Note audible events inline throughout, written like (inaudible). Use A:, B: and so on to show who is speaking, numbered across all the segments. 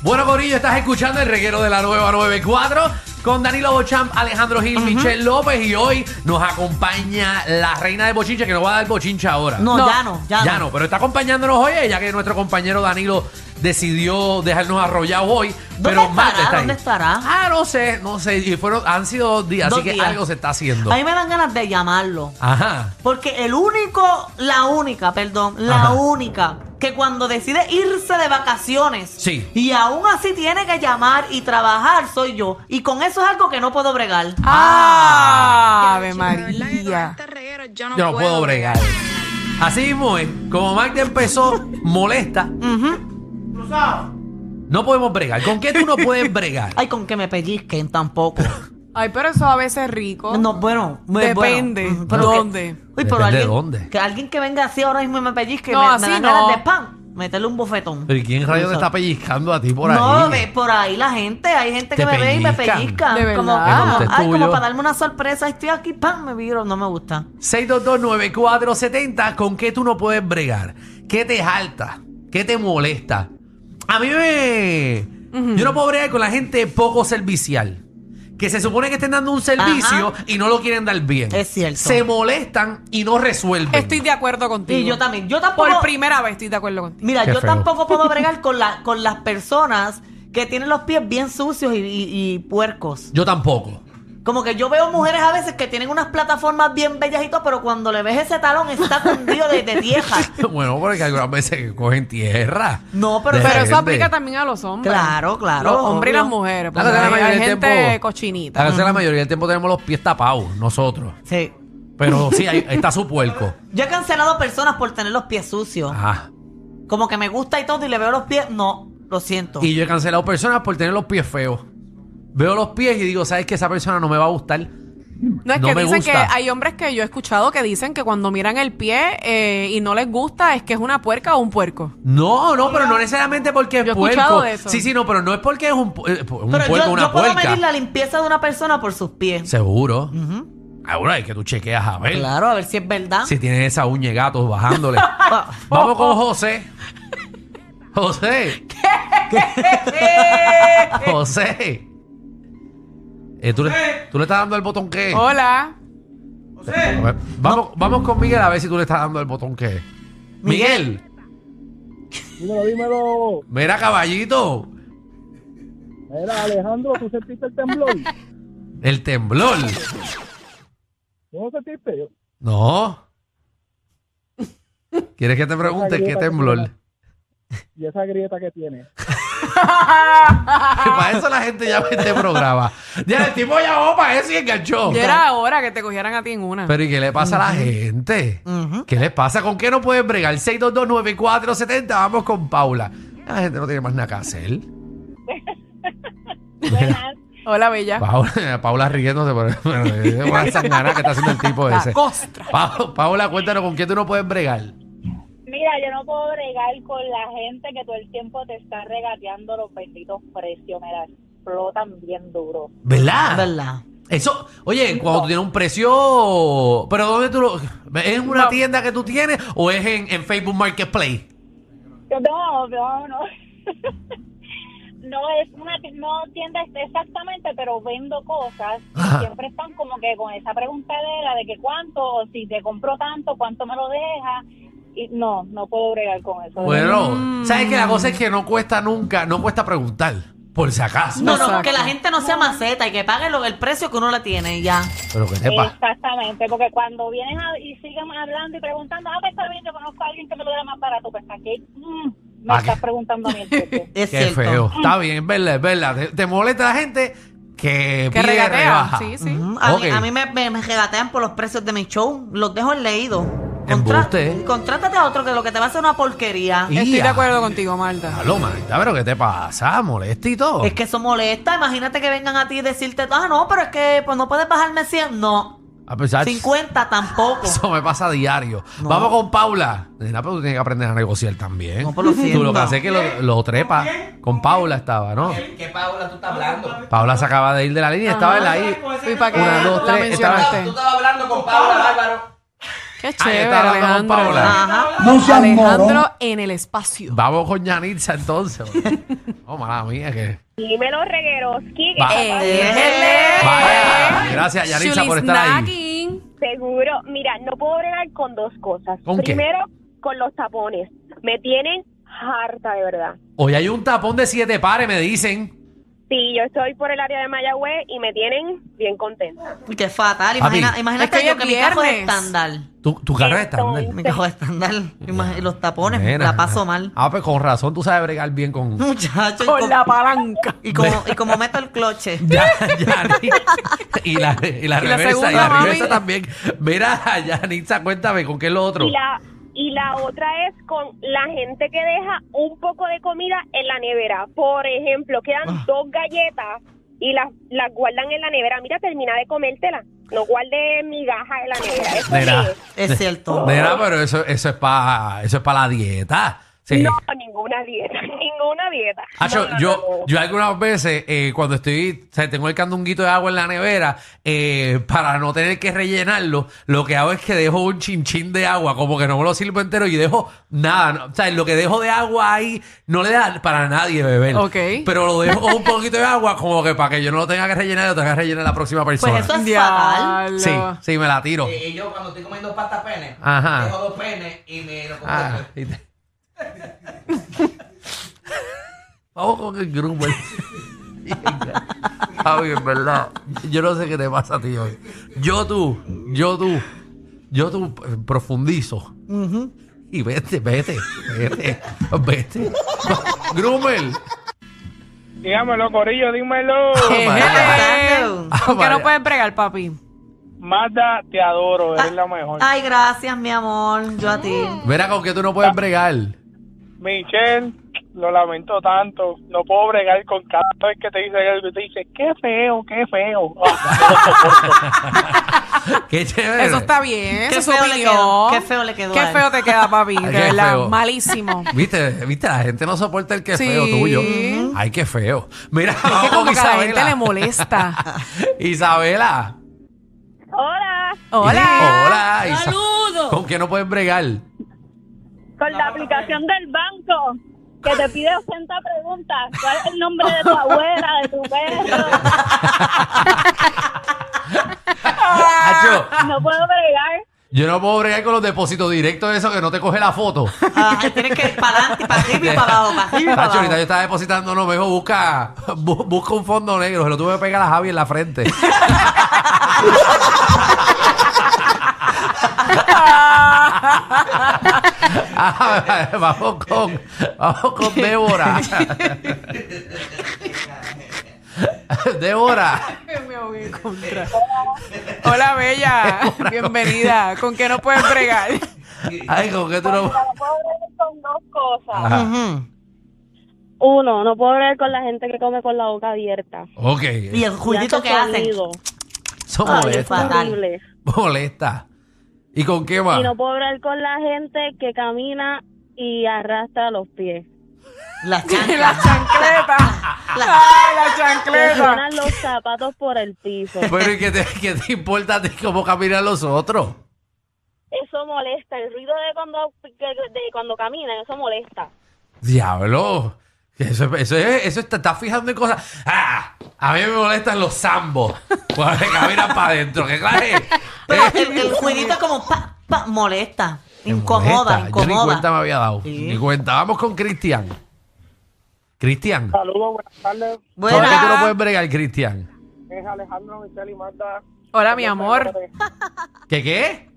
A: Bueno, Corillo, estás escuchando el reguero de la nueva 94 con Danilo Bochamp, Alejandro Gil, Michelle López y hoy nos acompaña la reina de Bochincha que nos va a dar Bochincha ahora.
B: No, ya no, ya,
A: Ya no, pero está acompañándonos hoy ya que nuestro compañero Danilo decidió dejarnos arrollados hoy.
B: ¿Dónde
A: Pero
B: estará?
A: Marta está ahí.
B: ¿Dónde estará?
A: Ah, no sé, no sé. Y fueron, han sido dos días,
B: Dos
A: así que
B: días.
A: algo se está haciendo.
B: A mí me dan ganas de llamarlo.
A: Ajá.
B: Porque el único, la única, perdón, la
A: Ajá.
B: única que cuando decide irse de vacaciones
A: Sí.
B: y aún así tiene que llamar y trabajar soy yo. Y con eso es algo que no puedo bregar.
C: Ah, Ave
D: Chico, de verdad que con
C: María.
D: este reguero Yo no,
A: Yo no puedo bregar. Así mismo es. Como Magda empezó molesta, no podemos bregar. ¿Con qué tú no puedes
B: (laughs)
A: bregar?
B: Ay, con que me pellizquen
C: (laughs)
B: tampoco.
C: Ay, pero eso a veces es rico.
B: No, bueno, me-
C: Depende,
B: bueno, mm, pero
C: ¿dónde?
B: que- uy, pero
A: Depende
B: alguien,
A: de dónde.
B: Que alguien que venga así ahora mismo y me pellizque,
C: No,
B: me, me
C: así
B: dan
C: no.
B: ganas de pan, meterle un bofetón.
A: ¿Pero ¿y quién rayos te está pellizcando a ti por
B: no,
A: ahí?
B: ve por ahí la gente, hay gente
A: Te
B: que me ve y me
A: pellizcan.
B: pellizca.
C: De
B: como,
C: verdad.
B: como,
A: Que no estés
B: ay, como
A: tuyo.
B: para darme una sorpresa, estoy aquí, pam, me viro, no me gusta.
A: 6229470, ¿con qué tú no puedes bregar? ¿Qué te jalta? ¿Qué te molesta? A mí me... Yo no puedo bregar con la gente poco servicial. Que se supone que estén dando un servicio y no lo quieren dar bien.
B: Es cierto.
A: Se molestan y no resuelven.
C: Estoy de acuerdo contigo.
B: Y yo también, yo tampoco.
C: Por primera vez estoy de acuerdo contigo.
B: mira,
A: Qué
B: yo
A: feo.
B: tampoco
A: (laughs)
B: puedo bregar con, la, con las personas que tienen los pies bien sucios y, y- y puercos.
A: Yo tampoco.
B: Como que yo veo mujeres a veces que tienen unas plataformas bien bellas y todo, pero cuando le ves ese talón está cundido de, de
C: (laughs)
B: tierra.
A: (laughs) bueno, porque algunas veces cogen tierra.
B: No, pero-
A: De
C: Pero
A: gente.
C: eso aplica también a los hombres.
B: Claro, claro,
C: Los hombres
B: obvio.
C: y las mujeres.
A: Claro
C: Porque
A: que la
C: hay,
A: mayoría
C: hay
A: del
C: gente
A: tiempo-
C: cochinita.
A: La verdad es que la mayoría del tiempo tenemos los pies tapados, nosotros.
B: Sí.
A: Pero sí,
C: (laughs)
A: ahí está su puerco.
B: Yo he cancelado personas por tener los pies sucios.
A: Ajá.
B: Como que me gusta y todo y le veo los pies. No, lo siento.
A: Y yo he cancelado personas por tener los pies feos. Veo los pies y digo, ¿sabes que Esa persona no me va a gustar.
C: No es
A: No
C: que
A: me
C: dicen
A: gusta.
C: que hay hombres que yo he escuchado que dicen que cuando miran el pie eh, y no les gusta es que es una puerca o un puerco.
A: No, no, pero no necesariamente porque es
C: Yo he escuchado
A: puerco.
C: de eso.
A: Sí, sí, no, pero no es porque es un, pu- eh, un
B: pero
A: puerco,
B: yo,
A: una
B: yo puedo
A: puerca.
B: medir la limpieza de una persona por sus pies.
A: Seguro.
B: Ujú.
A: Ahora es que tú chequeas a ver
B: Claro, a ver si es verdad.
A: si tienes esa uña de gato
C: (laughs)
A: bajándole.
B: Ah,
A: Vamos con José. José. José. Eh, ¿tú, le, tú le estás dando el botón qué?
C: (laughs) Hola.
A: A ver, Vamos, vamos con Miguel a ver si tú le estás dando el botón qué. Miguel.
E: Dímelo, dímelo.
A: Mira, caballito.
E: Mira, Alejandro, ¿tú sentiste el (laughs) temblor?
A: El temblor.
E: ¿Tú no sentiste? Yo-
A: No. ¿Quieres que te pregunte qué temblor?
E: Y esa grieta que tiene.
A: (laughs) para eso la gente llama a este programa. Ya, el tipo llamó para eso y enganchó.
C: Ya era hora que te cogieran a ti en una.
A: Pero ¿y qué le pasa a la gente?
B: Ujú.
A: ¿Qué les pasa? ¿Con qué no pueden bregar? 6229470, vamos con Paula. La gente no tiene más nada que hacer.
C: Hola, bella.
A: Paula, (laughs) Paula riéndose, pero- pero es
C: (laughs)
A: una sanganada que está haciendo el tipo
C: La
A: ese.
C: costra.
A: Pa- Paula, cuéntanos, ¿con qué tú no puedes bregar?
F: Mira, yo no puedo bregar con la gente que todo el tiempo te está regateando los benditos precios, mira, explotan bien duro.
A: ¿Verdad?
B: es verdad.
A: Eso, oye, cuando tú tienes un precio, pero ¿dónde tú lo es en una
C: No.
A: tienda que tú tienes o es en, en Facebook Marketplace?
F: Yo, No, no, no. pues (laughs) No es una ti- no tienda exactamente, pero vendo cosas y
A: Ajá.
F: siempre están como que con esa preguntadera de que cuánto, o si te compro tanto, cuánto me lo deja. Y no, no puedo bregar con eso.
A: Bueno,
C: Mm.
A: sabes que la cosa es que no cuesta nunca, no cuesta preguntar, por si acaso.
B: No, no,
C: Exacto.
B: que la gente no sea maceta y que pague lo- el precio que uno le tiene y ya.
A: Pero que
C: Eh,
A: te pasa.
F: Exactamente, porque cuando vienes a- y siguen hablando y preguntando, ah, pues está bien, yo conozco a alguien que me lo da más barato, pues aquí me
A: Ah,
F: estás
A: que-
F: preguntando a mí
A: (laughs)
F: el precio.
B: Es
A: Qué
B: cierto. Mm.
A: feo. Está bien, es verdad, es verdad. Te, te molesta la gente que,
C: Que
A: pide
C: regatean.
A: rebaja. Mm.
C: Sí, sí.
B: Ujú. A,
A: Ok.
B: mí, a mí me, me- me regatean por los precios de mi show. Los dejo en leído. Contra-
A: Embuste.
B: Contrátate a otro que lo que te va a hacer una porquería.
A: Y-
C: Estoy de
A: Ya.
C: acuerdo contigo, Marta.
A: Aló, Marta, pero ¿qué te pasa? Molesta y todo.
B: Es que eso molesta. Imagínate que vengan a ti y decirte, ah, no, pero es que pues, no puedes bajarme 100. No.
A: A pesar
B: 50 tampoco.
A: Ah, pues, (laughs) Eso me pasa a diario. Vamos con Paula. Nena, pero tú tienes que aprender a negociar también.
B: No, por lo
A: Tú lo
B: siento.
A: que haces es que lo, lo trepa. Con Paula estaba, ¿no?
D: ¿Qué Paula tú estás hablando?
A: Paula se acaba de ir de la línea, estaba en la I.
C: Y para que
A: Una, dos,
C: la
A: tres,
C: mencionaste.
D: Tú estabas hablando con Paula Bárbaro.
C: Qué
A: Ah, ya
C: chévere,
A: estaba hablando con
C: Alejandro.
A: Paula.
B: Ajá.
E: No seas morón.
C: Alejandro en el espacio.
A: Vamos con Yanitza entonces. oh, mala mía, que.
F: Dímelo, Regueroski, que
A: Va-
C: Eh.
B: Déjele.
A: Vaya. Gracias, Yanitza, por estar ahí.
C: Shulisnacking.
F: eh, seguro. Mira, no puedo bregar con dos cosas.
A: ¿Con qué?
F: Primero, con los tapones. Me tienen harta, de verdad.
A: Hoy hay un tapón de siete pares, me dicen.
F: Sí, yo estoy por el área de Mayagüez y me tienen bien contenta.
B: Uy, Qué
A: Papi.
B: fatal. Imagina,
C: Es que
B: imagínate
C: hoy
B: yo
C: es
B: que mi cajo es
C: viernes.
B: estándar.
A: Tu, tu carrera está.
F: Estoy-
A: Nel.
B: Mi cajo
A: (laughs)
B: es estándar. Imag- Los tapones,
A: Nena.
B: la paso mal. (laughs)
A: Ah, pues con razón tú sabes bregar bien con. (laughs)
B: Muchacho. y
C: Con
B: como-
C: la palanca.
B: (laughs) y, como, y como meto el cloche.
A: Ya, Yanitza. Y la, y la
C: Y la
A: reversa, y
C: segunda,
A: la
C: mami.
A: reversa también. Mira, Yanitza, cuéntame, ¿con qué es lo otro?
F: Y la, y la otra es con la gente que deja un poco de comida en la nevera. Por ejemplo, quedan
A: Ah.
F: dos galletas y las, las guardan en la nevera. Mira, termina de comértela. No guarde migaja en la nevera. Eso
A: Nena.
F: sí es.
B: Es cierto.
A: (laughs) Nena, pero eso, eso es para eso es para la dieta. Sí.
F: No, ninguna dieta, (laughs) ninguna dieta.
A: Acho,
F: No, no,
A: Ah, yo,
F: no, no.
A: yo algunas veces, eh, cuando estoy, o sea, tengo el candunguito de agua en la nevera, eh, para no tener que rellenarlo, lo que hago es que dejo un chinchín de agua, como que no me lo sirvo entero y dejo nada. no- o sea, lo que dejo de agua ahí no le da para nadie beber.
C: Ok.
A: Pero lo dejo un poquito de agua, como que para que yo no lo tenga que rellenar, lo tenga que rellenar la próxima persona.
B: Pues eso es fatal.
C: Diablo.
A: sí, sí, me la tiro.
D: Eh, Y yo cuando estoy comiendo pasta pene,
A: Ajá.
D: dejo dos penes y me lo como.
A: Ah, y te- Vamos con el
D: (laughs)
A: grupo. Javi, en verdad, yo no sé qué te pasa a ti hoy. Yo tú, yo tú, yo tú eh, profundizo. Y vete, vete, vete, vete. Grumel.
E: Dígamelo, Corillo,
C: (laughs)
E: dímelo.
C: Ejele.
B: María.
A: Ah,
C: ¿Por qué
A: María.
C: no puedes bregar, papi?
E: Magda, te adoro,
C: Ah,
E: eres la mejor.
B: Ay, gracias, mi amor. Yo a ti.
A: Verá con que tú no puedes bregar.
E: Michelle, lo lamento tanto. No puedo bregar con cada vez que te dice algo y te dice, qué feo, qué (laughs) feo. Ah,
A: Qué chévere.
C: Eso está bien,
B: Qué
C: eso es su
B: feo le
C: opinión.
B: quedó, qué feo le quedó
C: Qué
B: a él.
C: feo te queda, papi, de
A: Ay, qué
C: verdad.
A: feo.
B: (laughs)
C: Malísimo.
A: ¿Viste? ¿Viste? La gente no soporta el que
C: Sí.
A: feo tuyo. Ay, qué feo. Mira, vamos
C: Es que como
A: con
C: que a la
A: Isabela.
C: gente le molesta.
A: Isabela.
F: Hola,
C: Hola.
A: (laughs) Hola, Isa. ¿Con qué no pueden bregar?
F: con la aplicación del banco que te pide 80 preguntas. ¿Cuál es el nombre de tu abuela, de tu perro?
A: Hacho,
F: No puedo bregar.
A: yo no puedo bregar con los depósitos directos de eso que no te coge la foto.
B: Ah, Ay, tienes que ir para adelante, para arriba y para abajo, para arriba y para
A: Hacho, ahorita yo
B: abajo.
A: estaba depositando, no, mejor busca, bu- busca un fondo negro. Se lo tuve que pegar a Javi en la frente. (laughs) Ah, vamos con, vamos con Débora. Débora.
C: Me voy a encontrar. Hola, bella.
A: (laughs)
C: Bienvenida. ¿Con qué no puedes bregar? (laughs)
A: Ay, con qué tú no.
F: No puedo bregar con dos cosas.
A: Ajá.
B: Ujú.
F: Uno, no puedo bregar con la gente que come con la boca abierta.
A: Ok.
B: Y el juidito que hacen.
A: Eso
B: Ay,
A: molesta.
B: fatal.
F: horrible.
A: Molesta. ¿Y con qué más?
F: Y no puedo bregar con la gente que camina y arrastra los (laughs) pies.
B: Las
C: (laughs) la
B: chanclas.
C: chancleta.
B: Las-
C: Ay, la
F: Que
C: chancleta.
F: suenan los zapatos por el (laughs) piso.
A: Pero ¿y qué te, qué te importa a ti cómo caminan los otros?
F: Eso molesta. El ruido de cuando, de cuando caminan, eso molesta.
A: Diablo. Eso, es- eso, es- eso está, está fijando en cosas. ¡Ah! A mí me molestan los zambos. Cuando me caminan para adentro. ¿Qué clase? Eh,
B: Pero
C: (laughs)
B: el, el juidito es como pa, pa, molesta.
A: Molesta.
B: Incomoda,
A: Yo ni cuenta
B: incomoda.
A: me había dado.
B: Sí.
A: Ni cuenta. Vamos con Cristian. Cristian. ¿Con
E: Saludos, buenas tardes.
A: qué tú
B: Buena.
A: no puedes bregar, Cristian?
E: Es Alejandro, Michelle y Magda.
C: Hola, mi amor.
A: ¿Qué qué?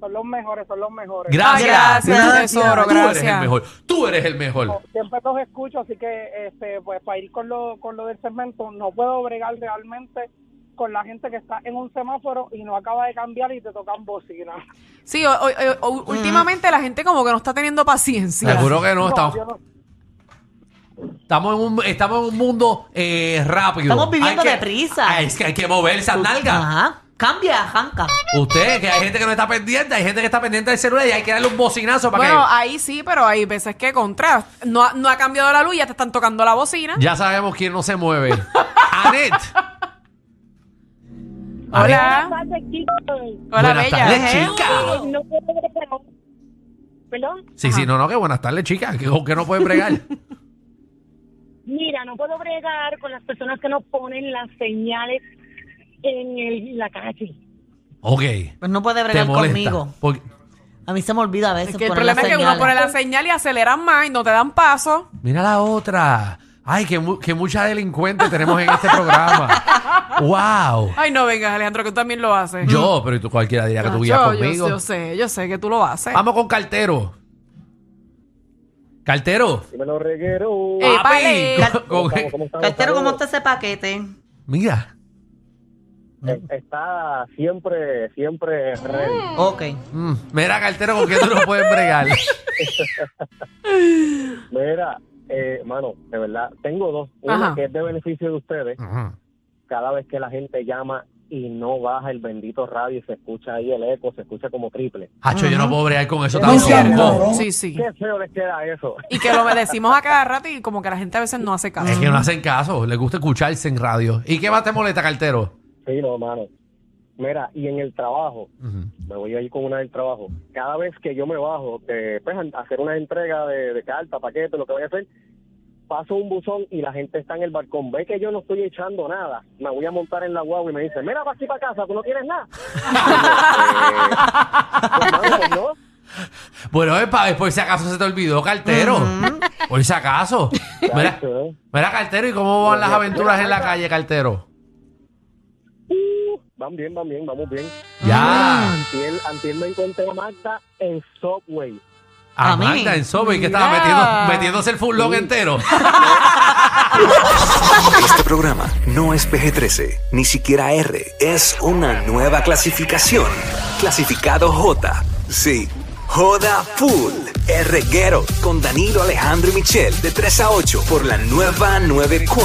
E: Son los mejores, son los mejores.
A: Gracias,
C: Ay, gracias, tesoro,
A: Tú eres
C: gracias.
A: el mejor. Tú eres el mejor.
E: Siempre los escucho, así que este, pues para ir con lo, con lo del segmento, no puedo bregar realmente con la gente que está en un semáforo y no acaba de cambiar y te tocan bocina.
C: Sí, o- o- o- últimamente la gente como que no está teniendo paciencia.
A: Mm. Seguro que no, estamos,
E: yo no-
A: estamos, en, un, estamos en un mundo eh, rápido.
B: Estamos viviendo Ah.
A: Hay que-
B: deprisa.
A: Ah, Es que hay que mover esa nalga.
B: Ajá. Cambia, Janka.
A: Usted, que hay gente que no está pendiente, hay gente que está pendiente del celular y hay que darle un bocinazo para
C: Bueno, ahí sí, pero hay veces que contra. No, ha- no ha cambiado la luz, ya te están tocando la bocina.
A: que. Ya sabemos quién no se mueve. Anet.
C: Hola.
F: pasa, chicos?
C: Hola,
A: Buenas
C: bella.
A: tardes,
C: ¿Eh?
A: chica.
F: Eh, no puedo regresar. ¿Perdón?
A: Sí, sí, no, no, que buenas tardes, chicas. Que, que no pueden bregar.
F: Mira, no puedo bregar con las personas que no ponen las señales en el- la calle.
A: ok.
B: Pues no puede
A: Te
B: bregar
A: molesta.
B: conmigo.
A: Porque-
B: A mí se me olvida a veces.
C: Es que el
B: poner las
C: problema es que uno
B: señales.
C: pone la señal y aceleran más y no te dan paso.
A: Mira la otra. Ay, que, mu- que mucha delincuente tenemos en este programa. ¡Wow!
C: Ay, no vengas, Alejandro, que tú también lo haces.
A: Yo, pero tú cualquiera diría que tú
C: Nacho,
A: guías
C: Ah, yo-
A: conmigo.
C: Yo, sé, yo sé que tú lo haces.
A: Vamos con Cartero. Cartero.
G: Dímelo, reguero.
C: Eh,
A: Papi,
C: vale.
A: con- con-
G: están?
B: Cartero,
G: Saludos.
B: ¿cómo está ese paquete?
A: Mira.
G: Eh, Está siempre, siempre ready.
B: Ok.
A: Mm, mira, Cartero, con que tú no puedes bregar.
G: Mira, eh, mano, de verdad, tengo dos. Una
C: Ajá.
G: que es de beneficio de ustedes.
A: Ujú.
G: Cada vez que la gente llama y no baja el bendito radio y se escucha ahí el eco, se escucha como triple.
A: Hacho, yo no puedo bregar con eso
G: No seas
A: tampoco.
C: Sí, sí.
G: Qué feo les queda eso.
C: Y que lo decimos a cada rato y como que la gente a veces no hace caso.
A: Es que no hacen caso. Les gusta escucharse en radio. ¿Y qué más te molesta, Cartero?
G: Sí, no, mano. Mira, y en el trabajo,
A: Ujú.
G: me voy a ir con una del trabajo. Cada vez que yo me bajo, eh, pues a hacer una entrega de, de carta, paquete, lo que voy a hacer, paso un buzón y la gente está en el balcón. Ve que yo no estoy echando nada. Me voy a montar en la guagua y me dice, mira, para aquí para casa, tú no tienes nada. Y yo, eh, pues, mano, pues, no.
A: Bueno, es pa- es por si acaso se te olvidó, Cartero. Por si
C: (laughs)
A: acaso. Mira,
G: Chacho, ¿eh?
A: mira, Cartero, ¿y cómo van las aventuras en la calle, Cartero?
G: Van bien, van bien, vamos bien.
A: Ya.
G: Antiel, antiel me encontré a Magda en Subway.
A: A
B: A mí.
A: Magda en Sobe, que estaba
C: Mira.
A: metiendo, metiéndose el full log entero.
H: Este programa no es PG-13, ni siquiera R. Es una nueva clasificación. Clasificado J. Sí. Joda Full. R. Guerrero con Danilo Alejandro y Michel de 3 a 8 por la nueva 94.